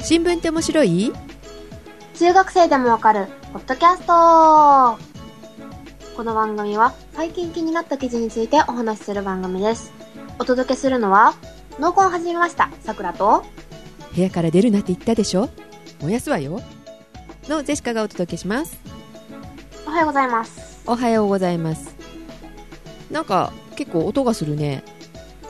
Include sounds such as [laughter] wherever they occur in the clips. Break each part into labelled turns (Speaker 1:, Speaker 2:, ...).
Speaker 1: 新聞って面白い
Speaker 2: 中学生でもわかる、ポッドキャストこの番組は、最近気になった記事についてお話しする番組です。お届けするのは、濃厚を始めました、さくらと、
Speaker 1: 部屋から出るなって言ったでしょ燃やすわよのジェシカがお届けします
Speaker 2: おはようございます。
Speaker 1: おはようございますなんか結構音がするね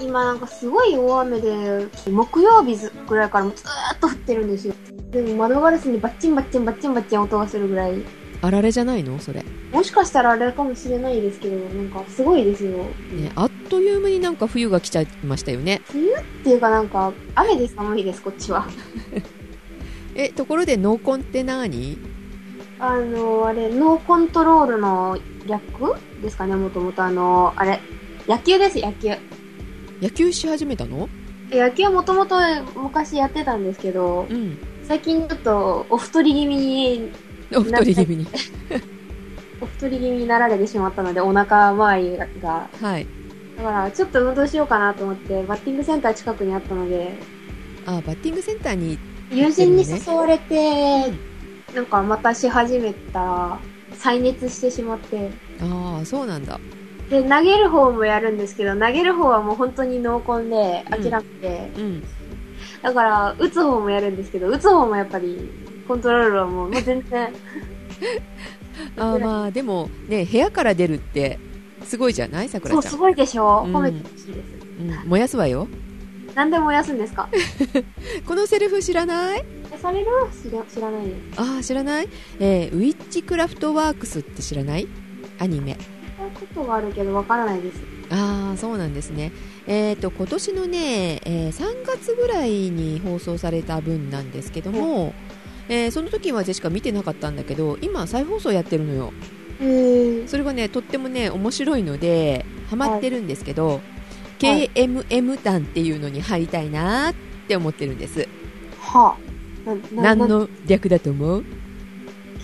Speaker 2: 今なんかすごい大雨で、木曜日ぐらいからもうずーっと降ってるんですよ。でも窓ガラスにバッチンバッチンバッチンバッチン音がするぐらい。
Speaker 1: あられじゃないのそれ
Speaker 2: もしかしたらあれかもしれないですけど、なんかすごいですよ。
Speaker 1: ねあっという間になんか冬が来ちゃいましたよね
Speaker 2: っていうかなんか、雨で寒いです、こっちは。
Speaker 1: えところで濃紺って何
Speaker 2: あの、あれ、ノーコントロールの略ですかね、もともとあの、あれ、野球です、野球。
Speaker 1: 野球し始めたの
Speaker 2: 野球はもともと昔やってたんですけど、
Speaker 1: うん
Speaker 2: 最近ちょっとお太り気味に、
Speaker 1: お太り気味に
Speaker 2: お太り気味になられてしまったので、お腹周りが。
Speaker 1: はい
Speaker 2: だから、ちょっと運動しようかなと思って、バッティングセンター近くにあったので、
Speaker 1: あバッティングセンターに
Speaker 2: 友人に誘われて、なんかまたし始めたら、再熱してしまって、
Speaker 1: ああそうなんだ
Speaker 2: で、投げる方もやるんですけど、投げる方はもう本当に濃厚で、
Speaker 1: うん
Speaker 2: 諦めて、
Speaker 1: うん
Speaker 2: だから、打つ方もやるんですけど、打つ方もやっぱり、コントロールはもう、もう全
Speaker 1: [laughs]
Speaker 2: 然、
Speaker 1: あーまあでもね部屋から出るってすごいじゃないさく
Speaker 2: そ
Speaker 1: ら
Speaker 2: う、
Speaker 1: ちゃん
Speaker 2: すごいでしょ
Speaker 1: うん
Speaker 2: 褒めてほしいです。
Speaker 1: うん、燃やすわよ
Speaker 2: なんで燃やすんですか
Speaker 1: このセリフ知らない
Speaker 2: えされる知ら知らないです。
Speaker 1: ああ知らない、えーウィッチクラフトワークスって知らないアニメ
Speaker 2: 聞いたことがあるけど、わからないです。
Speaker 1: ああそうなんですねえっ、と今年のね、えー3月ぐらいに放送された分なんですけども、えーその時はジェシカ見てなかったんだけど今再放送やってるのよ
Speaker 2: へー。
Speaker 1: それがねとってもね面白いのでハマってるんですけど、KMM 団っていうのに入りたいなーって思ってるんです
Speaker 2: はあ。な、な、
Speaker 1: 何
Speaker 2: な、
Speaker 1: の略だと思う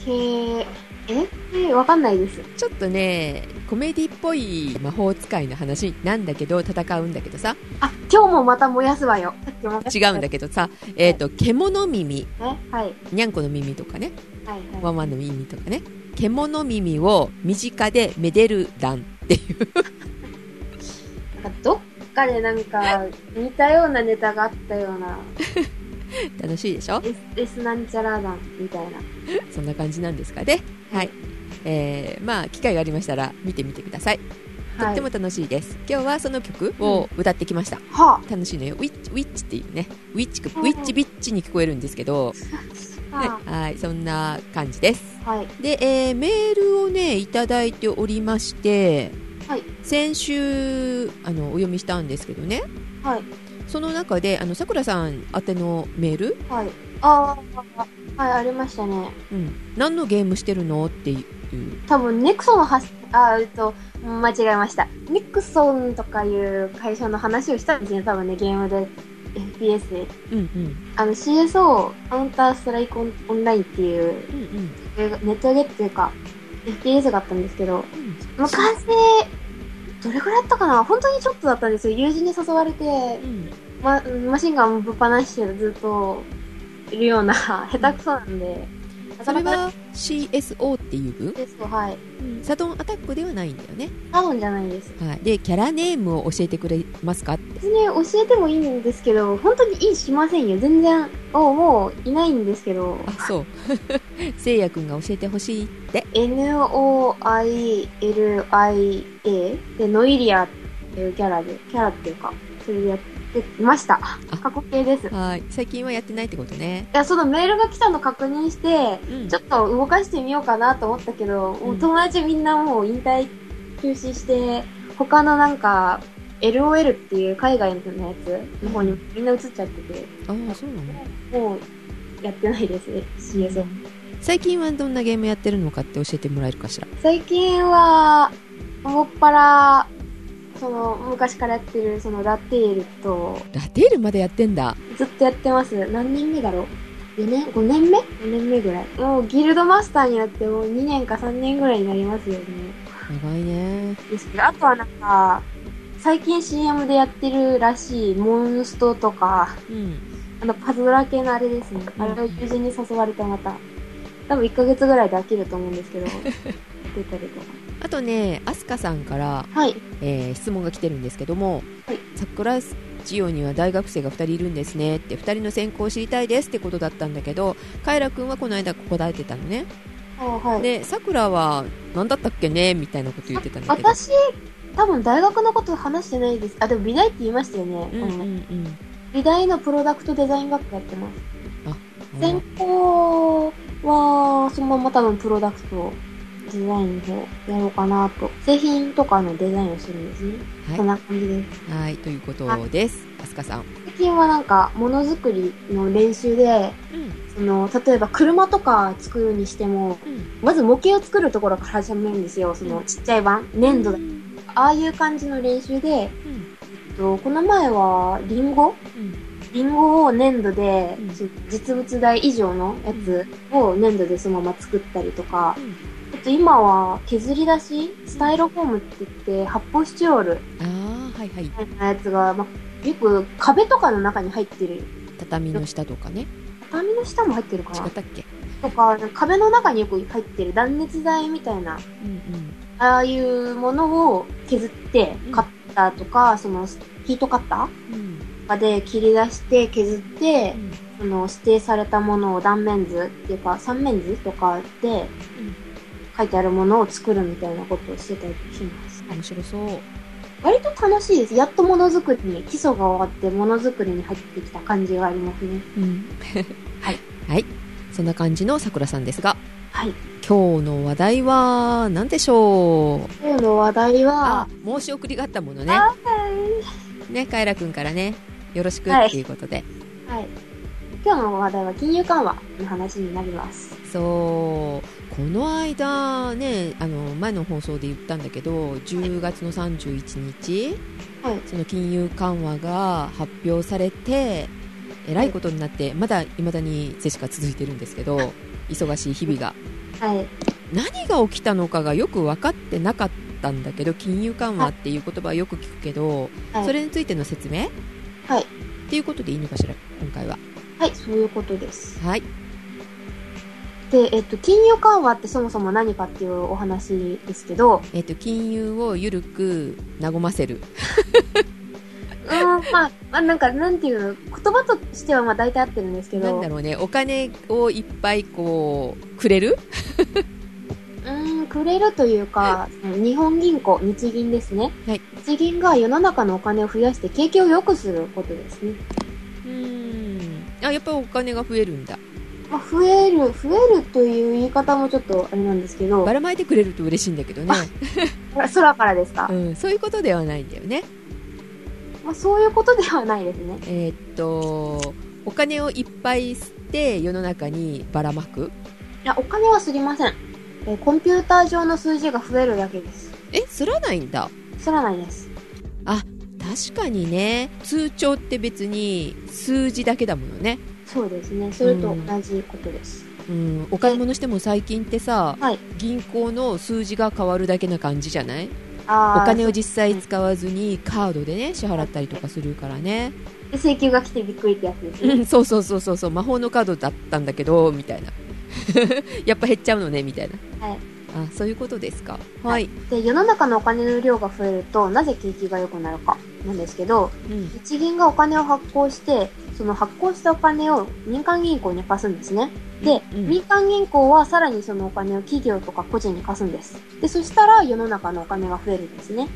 Speaker 2: けええわかんないです。
Speaker 1: ちょっとねコメディっぽい魔法使いの話なんだけど戦うんだけどさ
Speaker 2: あ、今日もまた燃やすわよ。さっきも
Speaker 1: 違うんだけどさ、えー、と獣耳
Speaker 2: どね。はい。
Speaker 1: にゃんこの耳とかね
Speaker 2: はい、
Speaker 1: ワ
Speaker 2: は
Speaker 1: ンワンの耳とかね獣耳を身近でめでる団っていう
Speaker 2: い。なんか、どっかでなんか、似たようなネタがあったような。
Speaker 1: 楽しいでしょ
Speaker 2: S, S なんちゃら団みたいな。
Speaker 1: そんな感じなんですかねはい、えーまあ機会がありましたら見てみてくださいとっても
Speaker 2: は
Speaker 1: 楽しいです、今日はその曲を歌ってきました、
Speaker 2: い、は
Speaker 1: 楽しいのよウィッチウィッチっていうねウィッチウィッチビッチに聞こえるんですけど、
Speaker 2: あ、
Speaker 1: ねはいそんな感じです
Speaker 2: はい。
Speaker 1: で、えーメールをねいただいておりまして、
Speaker 2: はい
Speaker 1: 先週あのお読みしたんですけどね
Speaker 2: はい。
Speaker 1: その中であのさくらさん宛てのメール、
Speaker 2: はい。ああ、はい、ありましたね。
Speaker 1: うん、何のゲームしてるのっていう
Speaker 2: 多分、ネクソンは、あーえっと、間違えました。ネクソンとかいう会社の話をしたんですね、多分ね、ゲームで。FPS で。
Speaker 1: うんうん
Speaker 2: あの CSO、カウンターストライクオンオンラインっていう、
Speaker 1: うんうん
Speaker 2: ネットゲっていうか、FPS があったんですけど、
Speaker 1: うん
Speaker 2: 昔、どれくらいだったかな本当にちょっとだったんですよ。友人に誘われて
Speaker 1: う、ん
Speaker 2: ま、マシンガンぶっ放してずっといるような下手くそなんで、
Speaker 1: それ
Speaker 2: なかなか
Speaker 1: は CSO っていう部
Speaker 2: ですよ、はい。
Speaker 1: サドンアタックではないんだよね、
Speaker 2: サドンじゃないです。
Speaker 1: はい、でキャラネームを教えてくれますかって
Speaker 2: 別に教えてもいいんですけど、本当にいいしませんよ。全然、おもういないんですけど、
Speaker 1: あそう
Speaker 2: [laughs]
Speaker 1: せいやくんが教えてほしいって、
Speaker 2: NOILIA で、ノイリアっていうキャラで、キャラっていうか、それでやってました。過去形です。い
Speaker 1: はい、最近はやってないってことね、
Speaker 2: や、そのメールが来たの確認して、
Speaker 1: うん
Speaker 2: ちょっと動かしてみようかなと思ったけど、もう友達みんなもう引退休止して、他のなんか、LOL っていう海外のやつの方にみんな移っちゃってて、
Speaker 1: ああそうなの
Speaker 2: もうやってないですね、CSO。
Speaker 1: 最近はどんなゲームやってるのかって教えてもらえるかしら
Speaker 2: 最近は、もっぱら、その、昔からやってる、その、ラテールと、
Speaker 1: ラテールまでやってんだ
Speaker 2: ずっとやってます。何年目だろう ?4 年 ?5 年目 ?5 年目ぐらい。もう、ギルドマスターになって、もう2年か3年ぐらいになりますよね。
Speaker 1: 長いね
Speaker 2: ですけど、あとはなんか、最近 CM でやってるらしい、モンストとか、
Speaker 1: うん
Speaker 2: あの、パズドラ系のあれですね。あれは友人に誘われたまた。多分1ヶ月ぐらいで飽きると思うんですけど、出たりとか。
Speaker 1: あとね、アスカさんから、
Speaker 2: はい。
Speaker 1: えー質問が来てるんですけども、
Speaker 2: はい
Speaker 1: 桜ジオには大学生が2人いるんですねって2人の専攻を知りたいですってことだったんだけどカイラ君はこの間答えてたのね
Speaker 2: あはい。
Speaker 1: でさくらは何だったっけねみたいなこと言ってたんだけど
Speaker 2: 私、多分大学のこと話してないです。あ、でも美大って言いましたよね。
Speaker 1: うんうんうん
Speaker 2: 美大のプロダクトデザイン学科やってます。
Speaker 1: あ
Speaker 2: 専攻は、そのまま多分プロダクトデザインをやろうかなと。製品とかのデザインをするんですね。
Speaker 1: はい
Speaker 2: そんな感じです。
Speaker 1: ーはいということですアスカさん、
Speaker 2: 最近はなんか、ものづくりの練習で、
Speaker 1: うん
Speaker 2: その、例えば車とか作るにしても、
Speaker 1: うん、
Speaker 2: まず模型を作るところから始めるんですよ。その、ちっちゃい版、粘土だ
Speaker 1: う。ん
Speaker 2: ああいう感じの練習で、えっと、この前は、リンゴ
Speaker 1: うん
Speaker 2: リンゴを粘土で
Speaker 1: うん、
Speaker 2: じ実物大以上のやつを粘土でそのまま作ったりとか、あと今は削り出し、スタイロフォームって言って、発泡スチロール
Speaker 1: ああはいはい
Speaker 2: みたいなやつが、まあ、よく壁とかの中に入ってる。
Speaker 1: 畳の下とかね
Speaker 2: 畳の下も入ってるか
Speaker 1: 違っ
Speaker 2: な
Speaker 1: たっけ
Speaker 2: とか、壁の中によく入ってる断熱材みたいな、
Speaker 1: うん
Speaker 2: ああいうものを削って、カッターとか、その、ヒートカッター
Speaker 1: うんうん
Speaker 2: とかで切り出して削って、その指定されたものを断面図っていうか三面図とかで書いてあるものを作るみたいなことをしてたりします。
Speaker 1: 面白そう
Speaker 2: 割と楽しいです。やっとものづくりに、基礎が終わってものづくりに入ってきた感じがありますね。
Speaker 1: うん、
Speaker 2: はい、
Speaker 1: はい、そんな感じのさくらさんですが
Speaker 2: はい。
Speaker 1: 今日の話題は何でしょう
Speaker 2: 今日の話題
Speaker 1: あ
Speaker 2: は、
Speaker 1: 申し送りがあったものね
Speaker 2: はい。
Speaker 1: ねカエラくんからねよろしく
Speaker 2: はい
Speaker 1: っていうことで、
Speaker 2: はい。今日の話題は金融緩和の話になります。
Speaker 1: そうこの間ねあの前の放送で言ったんだけど10月の31日、
Speaker 2: はい
Speaker 1: その金融緩和が発表されてえらいことになってまだいまだに接種が続いてるんですけど忙しい日々が
Speaker 2: はい。
Speaker 1: 何が起きたのかがよく分かってなかったんだけど金融緩和っていう言葉はよく聞くけど、
Speaker 2: はい
Speaker 1: それについての説明、
Speaker 2: はい
Speaker 1: っていうことでいいのかしら今回は
Speaker 2: はい、そういうことです。
Speaker 1: はい、
Speaker 2: で、えっと、金融緩和ってそもそも何かっていうお話ですけど、
Speaker 1: えっと金融を緩く和ませる
Speaker 2: うーん、まあ、まあ、なんか、なんていうの、言葉としては、まあ、大体合ってるんですけ
Speaker 1: な
Speaker 2: ど、
Speaker 1: んだろうねお金をいっぱいこうくれる
Speaker 2: うーん、くれるというか、その日本銀行、日銀ですね。
Speaker 1: はい
Speaker 2: 日銀が世の中のお金を増やして、景気を良くすることですね。
Speaker 1: うんあやっぱりお金が増えるんだ
Speaker 2: まあ、増える、増えるという言い方もちょっと、あれなんですけど
Speaker 1: ば、らまいてくれると嬉しいんだけどね、
Speaker 2: 空からですか、
Speaker 1: うん、そういうことではないんだよね
Speaker 2: まあ、そういうことではないですね。
Speaker 1: えーっとお金をいっぱい吸って世の中にばらまく
Speaker 2: いや、お金はすりません。えーコンピューター上の数字が増えるだけです。
Speaker 1: えすらないんだ
Speaker 2: すらないです。
Speaker 1: 確かにね通帳って別に数字だけだものね、
Speaker 2: そうですね。それと同じことです。
Speaker 1: うん、お買い物しても最近ってさ、
Speaker 2: はい
Speaker 1: 銀行の数字が変わるだけな感じじゃないお
Speaker 2: あー
Speaker 1: 金を実際使わずにカードでね支払ったりとかするからね、
Speaker 2: で請求が来てびっくりってやつです
Speaker 1: う
Speaker 2: ね。
Speaker 1: ん、そうそうそうそうそう魔法のカードだったんだけどみたいな [laughs] やっぱ減っちゃうのねみたいな、
Speaker 2: はい
Speaker 1: あそういうことですかは、
Speaker 2: はいで世の中のお金の量が増えるとなぜ景気が良くなるかなんですけど
Speaker 1: うん
Speaker 2: 日銀がお金を発行してその発行したお金を民間銀行に貸すんですねで、
Speaker 1: うん
Speaker 2: 民間銀行はさらにそのお金を企業とか個人に貸すんですでそしたら世の中のお金が増えるんですね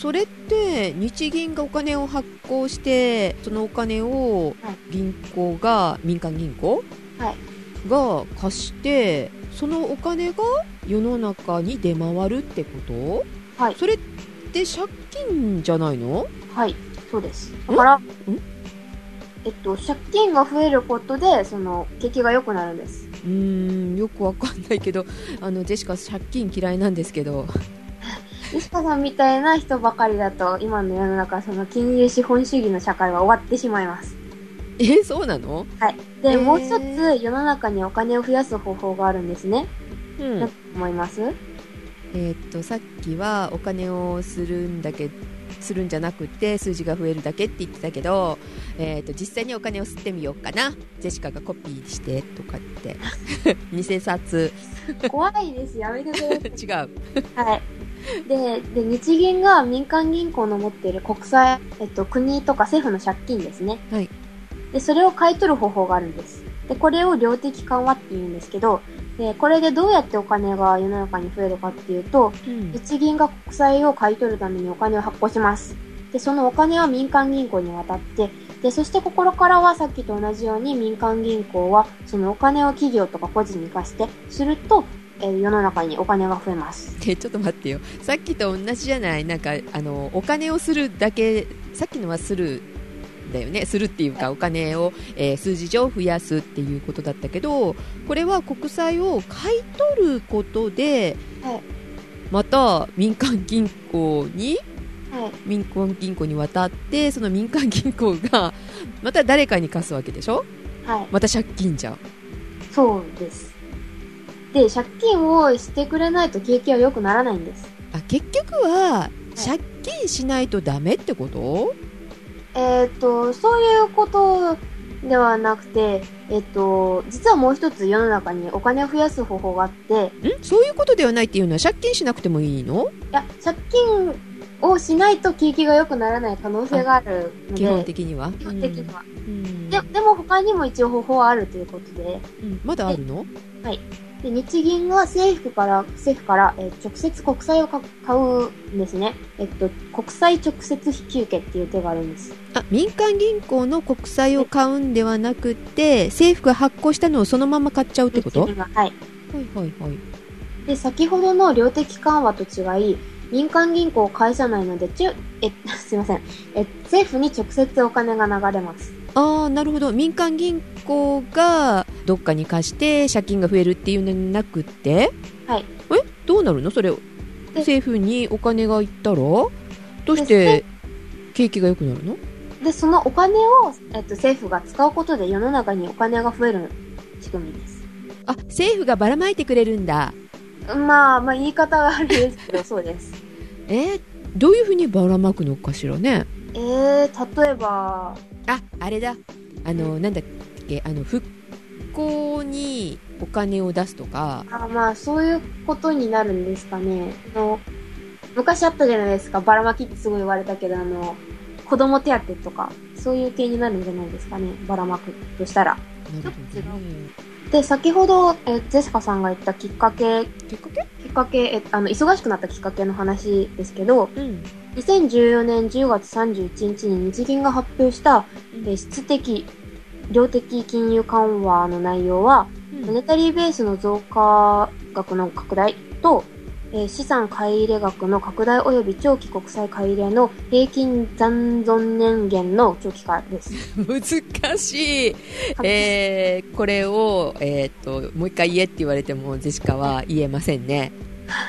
Speaker 1: それって日銀がお金を発行してそのお金を
Speaker 2: はい
Speaker 1: 銀行が民間銀行、
Speaker 2: はい
Speaker 1: が貸してそのお金が世の中に出回るってこと
Speaker 2: はい
Speaker 1: それって借金じゃないの
Speaker 2: はいそうですだから
Speaker 1: ん
Speaker 2: えっと借金が増えることでその景気が良くなるんです
Speaker 1: うーんよくわかんないけど [laughs] あのジェシカ借金嫌いなんですけど
Speaker 2: 石川さんみたいな人ばかりだと今の世の中その金融資本主義の社会は終わってしまいます
Speaker 1: えそうなの
Speaker 2: はい。で、
Speaker 1: へー
Speaker 2: もう一つ世の中にお金を増やす方法があるんですね。
Speaker 1: うん
Speaker 2: なんか思います
Speaker 1: えーっとさっきはお金をするんだけするんじゃなくて数字が増えるだけって言ってたけど、えー、と実際にお金を吸ってみようかなジェシカがコピーしてとかって [laughs] 偽札
Speaker 2: 怖いです。やめてください。
Speaker 1: 違う
Speaker 2: はい。で、で、日銀が民間銀行の持っている国債、えっと、国とか政府の借金ですね。
Speaker 1: はい。
Speaker 2: で、それを買い取る方法があるんです。で、これを量的緩和って言うんですけど、で、これでどうやってお金が世の中に増えるかっていうと、
Speaker 1: うん
Speaker 2: 日銀が国債を買い取るためにお金を発行します。で、そのお金は民間銀行に渡って、で、そして心からはさっきと同じように民間銀行はそのお金を企業とか個人に貸して、すると、えー世の中にお金が増えます。
Speaker 1: えちょっと待ってよさっきと同じじゃないなんかあのお金をするだけさっきのはするだよねするっていうかお金を、えー数字上増やすっていうことだったけどこれは国債を買い取ることで、
Speaker 2: はい
Speaker 1: また民間銀行に
Speaker 2: はい。
Speaker 1: 民間銀行に渡ってその民間銀行がまた誰かに貸すわけでしょ
Speaker 2: はい。
Speaker 1: また借金じゃん
Speaker 2: そうです。で、借金をしてくれないと景気は良くならないんです。
Speaker 1: あ結局は借金しないとダメってこと
Speaker 2: えっ、と、そういうことではなくて、えっ、と、実はもう一つ世の中にお金を増やす方法があって、
Speaker 1: んそういうことではないっていうのは借金しなくてもいいの
Speaker 2: いや、借金をしないと景気が良くならない可能性があるので、
Speaker 1: 基本的には
Speaker 2: 基本的には、
Speaker 1: うん
Speaker 2: で。でも他にも一応方法はあるということで、
Speaker 1: うんまだあるの
Speaker 2: で日銀は政府から、政府から、えー直接国債をか買うんですね。えっと、国債直接引き受けっていう手があるんです。
Speaker 1: あ民間銀行の国債を買うんではなくて政府が発行したのをそのまま買っちゃうってことは
Speaker 2: 日銀がはい。
Speaker 1: いはいはい
Speaker 2: で、先ほどの量的緩和と違い、民間銀行を介さないので、ちゅ、え、 [laughs] すいません。え、政府に直接お金が流れます。
Speaker 1: ああなるほど民間銀行がどっかに貸して借金が増えるっていうのになくって
Speaker 2: はい
Speaker 1: えどうなるのそれ政府にお金がいったらどうして景気が良くなるの
Speaker 2: で、そのお金を、えっと、政府が使うことで世の中にお金が増える仕組みです。
Speaker 1: あ政府がばらまいてくれるんだ
Speaker 2: まあ、まあ、言い方があるんですけど、そうです。
Speaker 1: えーどういうふうにばらまくのかしらね
Speaker 2: [laughs] えー、例えば、
Speaker 1: ああれだあのなんだっけあの復興にお金を出すとか
Speaker 2: あまあ、そういうことになるんですかね。あの、昔あったじゃないですか、ばらまきってすごい言われたけど、あの、子供手当とか、そういう系になるんじゃないですかね、ばらまくとしたら。
Speaker 1: なるほどね
Speaker 2: で、先ほど、え、ジェシカさんが言ったきっかけ、
Speaker 1: きっかけ
Speaker 2: きっかけ、え、あの、忙しくなったきっかけの話ですけど、
Speaker 1: うん
Speaker 2: 2014年10月31日に日銀が発表した、え、質的、量的金融緩和の内容は、
Speaker 1: うん
Speaker 2: モネタリーベースの増加額の拡大と、えー資産買い入れ額の拡大及び長期国債買い入れの平均残存年限の長期化です。
Speaker 1: 難しい [laughs] えーこれを、えー、ともう一回言えって言われてもジェシカは言えませんね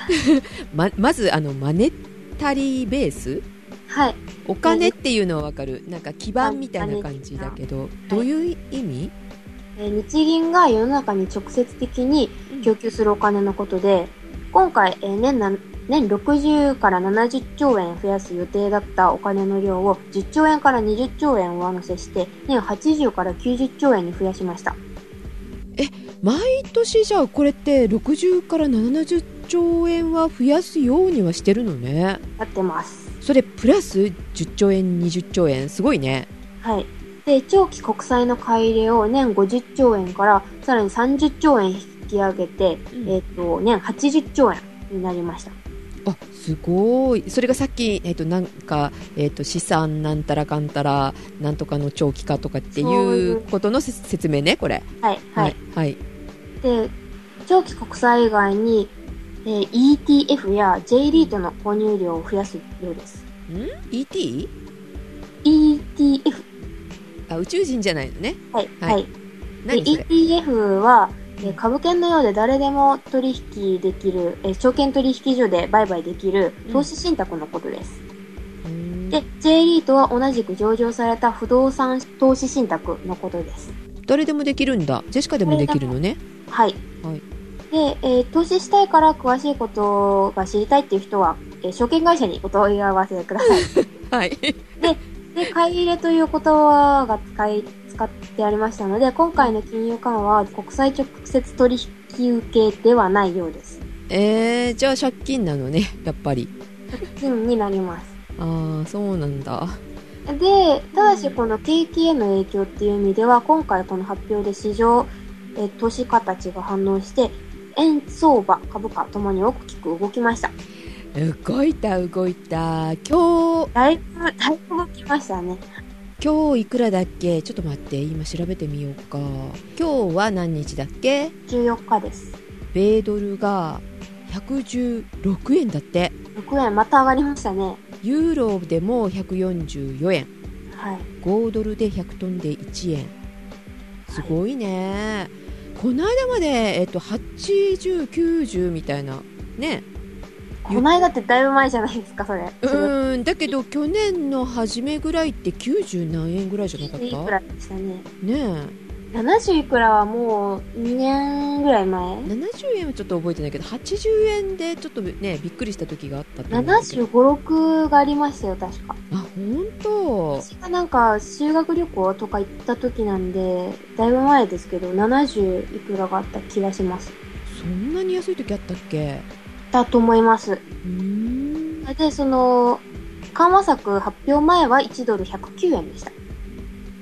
Speaker 1: [laughs] ままずあのマネタリーベース
Speaker 2: はい。
Speaker 1: お金っていうのは分かるなんか基盤みたいな感じだけどどういう意味、
Speaker 2: えー日銀が世の中に直接的に供給するお金のことで、今回、えー年な年60から70兆円増やす予定だったお金の量を10兆円から20兆円上乗せして、年80から90兆円に増やしました。
Speaker 1: 毎年じゃあこれって60から70兆円は増やすようにはしてるのね
Speaker 2: やってます。
Speaker 1: それプラス10兆円20兆円すごいね
Speaker 2: はい。で、長期国債の買い入れを年50兆円からさらに30兆円引き上げて、
Speaker 1: うん
Speaker 2: えっ、と、年80兆円になりました。
Speaker 1: あすごいそれがさっき、えっとなんかえっと資産なんたらかんたらなんとかの長期化とかって
Speaker 2: そう
Speaker 1: い
Speaker 2: いう
Speaker 1: うことのせ説明ねこれ
Speaker 2: はい、はい。
Speaker 1: はい、
Speaker 2: で、長期国債以外に、えー ETF や J リートの購入量を増やすようです。
Speaker 1: ET?
Speaker 2: ETF。
Speaker 1: あ宇宙人じゃないのね
Speaker 2: はい、
Speaker 1: は
Speaker 2: はいい。で
Speaker 1: 何それ
Speaker 2: ETF は、えー株券のようで誰でも取引できる、えー証券取引所で売買できる投資信託のことです。
Speaker 1: うん
Speaker 2: で、J リートは同じく上場された不動産投資信託のことです。
Speaker 1: 誰でもできるんだジェシカでもできるのね
Speaker 2: はい。
Speaker 1: はい
Speaker 2: で、えー投資したいから詳しいことが知りたいっていう人は、えー証券会社にお問い合わせください。
Speaker 1: はい。
Speaker 2: で、買い入れという言葉が使い、使ってありましたので、今回の金融緩和は国際直接取引受けではないようです。
Speaker 1: えー、じゃあ借金なのね、やっぱり。
Speaker 2: 金になります。
Speaker 1: ああ、そうなんだ。
Speaker 2: で、ただしこの景気への影響っていう意味では、今回この発表で市場、え、投資家たちが反応して、円相場、株価ともに大きく動きました。
Speaker 1: 動いた、動いた。今日、
Speaker 2: だいぶ、だいぶ動きましたね。
Speaker 1: 今日いくらだっけちょっと待って、今調べてみようか。今日は何日だっけ
Speaker 2: 14日です。
Speaker 1: 米ドルが116円だって。
Speaker 2: 6円また上がりましたね。
Speaker 1: ユーロでも144円。
Speaker 2: はい。
Speaker 1: 5ドルで100トンで1円すごいね、この間まで、えっと、8090みたいなね
Speaker 2: この間ってだいぶ前じゃないですか、それ。
Speaker 1: う
Speaker 2: それ
Speaker 1: ーんだけど去年の初めぐらいって90何円ぐらいじゃなかっ
Speaker 2: いく
Speaker 1: た
Speaker 2: らでしたね。
Speaker 1: ね
Speaker 2: 70いくらはもう2年ぐらい前
Speaker 1: え70円はちょっと覚えてないけど80円でちょっとねびっくりした時があったと思うんだけど
Speaker 2: ?75、6がありましたよ、確か。
Speaker 1: あ本当
Speaker 2: 私がなんか修学旅行とか行った時なんで、だいぶ前ですけど、70いくらがあった気がします。
Speaker 1: そんなに安い時あったっけ
Speaker 2: だと思います。
Speaker 1: うーん
Speaker 2: で、その、緩和策発表前は1ドル109円でした。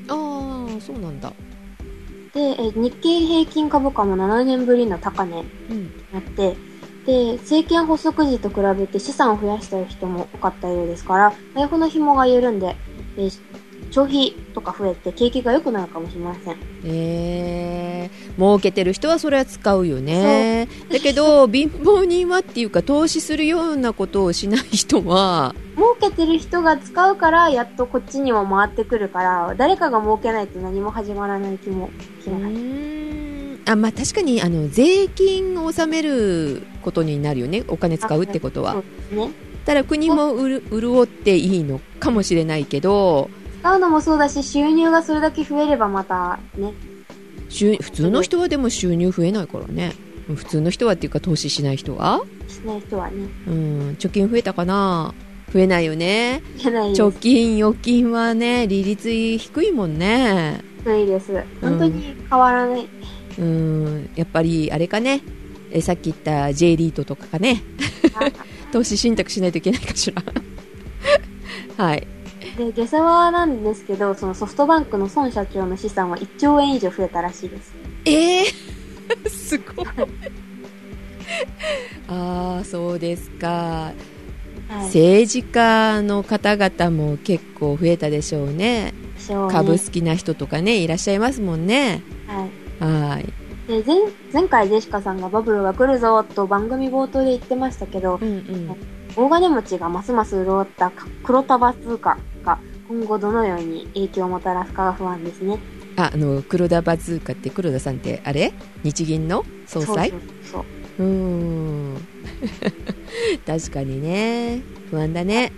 Speaker 1: ああそうなんだ
Speaker 2: で、えー日経平均株価も7年ぶりの高値に
Speaker 1: うん
Speaker 2: なって、で、政権発足時と比べて資産を増やした人も多かったようですから、財布の紐が緩んで、えー消費とか増えて景気が良くなるかもしれません。
Speaker 1: えー、儲けてる人はそれは使うよねだけど貧乏人はっていうか投資するようなことをしない人は
Speaker 2: 儲けてる人が使うから、やっとこっちにも回ってくるから、誰かが儲けないと何も始まらない気もし
Speaker 1: う
Speaker 2: ない。
Speaker 1: ーんあまあ確かにあの税金を納めることになるよねお金使うってこと
Speaker 2: そ
Speaker 1: は
Speaker 2: うですね。
Speaker 1: ただ国もうる潤っていいのかもしれないけど
Speaker 2: 使うのもそうだし、収入がそれだけ増えればまたね、
Speaker 1: 収普通の人はでも収入増えないからね普通の人はっていうか投資しない人は
Speaker 2: しない人はね、
Speaker 1: うん貯金増えたかな増えないよね
Speaker 2: いけないです。
Speaker 1: 貯金、預金はね、利率低いもんね。
Speaker 2: ないです。本当に変わらない。
Speaker 1: うん、やっぱりあれかね、えさっき言った J リートとかかね、投資信託しないといけないかしら。 [laughs] はい。
Speaker 2: で、下世話なんですけど、そのソフトバンクの孫社長の資産は1兆円以上増えたらしいです。
Speaker 1: えー、 [laughs] すごい。ああ、そうですか。
Speaker 2: はい。
Speaker 1: 政治家の方々も結構増えたでしょうね。
Speaker 2: 私はね
Speaker 1: 株好きな人とかね、いらっしゃいますもんね。
Speaker 2: はい。
Speaker 1: はい。
Speaker 2: で、前、前回ジェシカさんがバブルが来るぞと番組冒頭で言ってましたけど、
Speaker 1: うんうん。
Speaker 2: 大金持ちがますます潤った黒束通貨が今後どのように影響をもたらすかが不安ですね。
Speaker 1: ああの黒田バズーカって黒田さんってあれ日銀の総裁
Speaker 2: そううそう
Speaker 1: ーん [laughs] 確かにね不安だね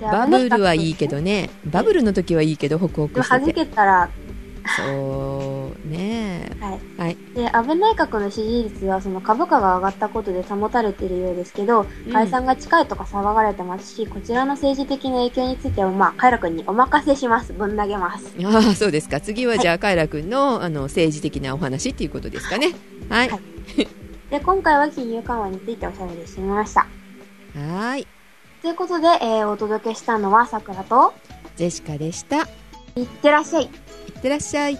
Speaker 2: そうで
Speaker 1: バブルはいいけ。
Speaker 2: 危
Speaker 1: どねバブルの時はいいけどホクホク
Speaker 2: なか
Speaker 1: し
Speaker 2: った
Speaker 1: て
Speaker 2: ですね
Speaker 1: て
Speaker 2: でも弾けたら、
Speaker 1: そうね
Speaker 2: はい。
Speaker 1: はい
Speaker 2: で、安倍内閣の支持率はその株価が上がったことで保たれているようですけど、
Speaker 1: うん
Speaker 2: 解散が近いとか騒がれてますし、こちらの政治的な影響については、まあ、カイラ君にお任せします。ぶん投げます。
Speaker 1: [laughs] ああそうですか次はじゃあカイラ君のあの政治的なお話っていうことですかねはい
Speaker 2: はで、今回は金融緩和についておしゃべりしてみました。
Speaker 1: はーい
Speaker 2: ということで、えー、お届けしたのはさくらと、
Speaker 1: ジェシカでしたい
Speaker 2: いってらっしゃい。
Speaker 1: ってらっしゃい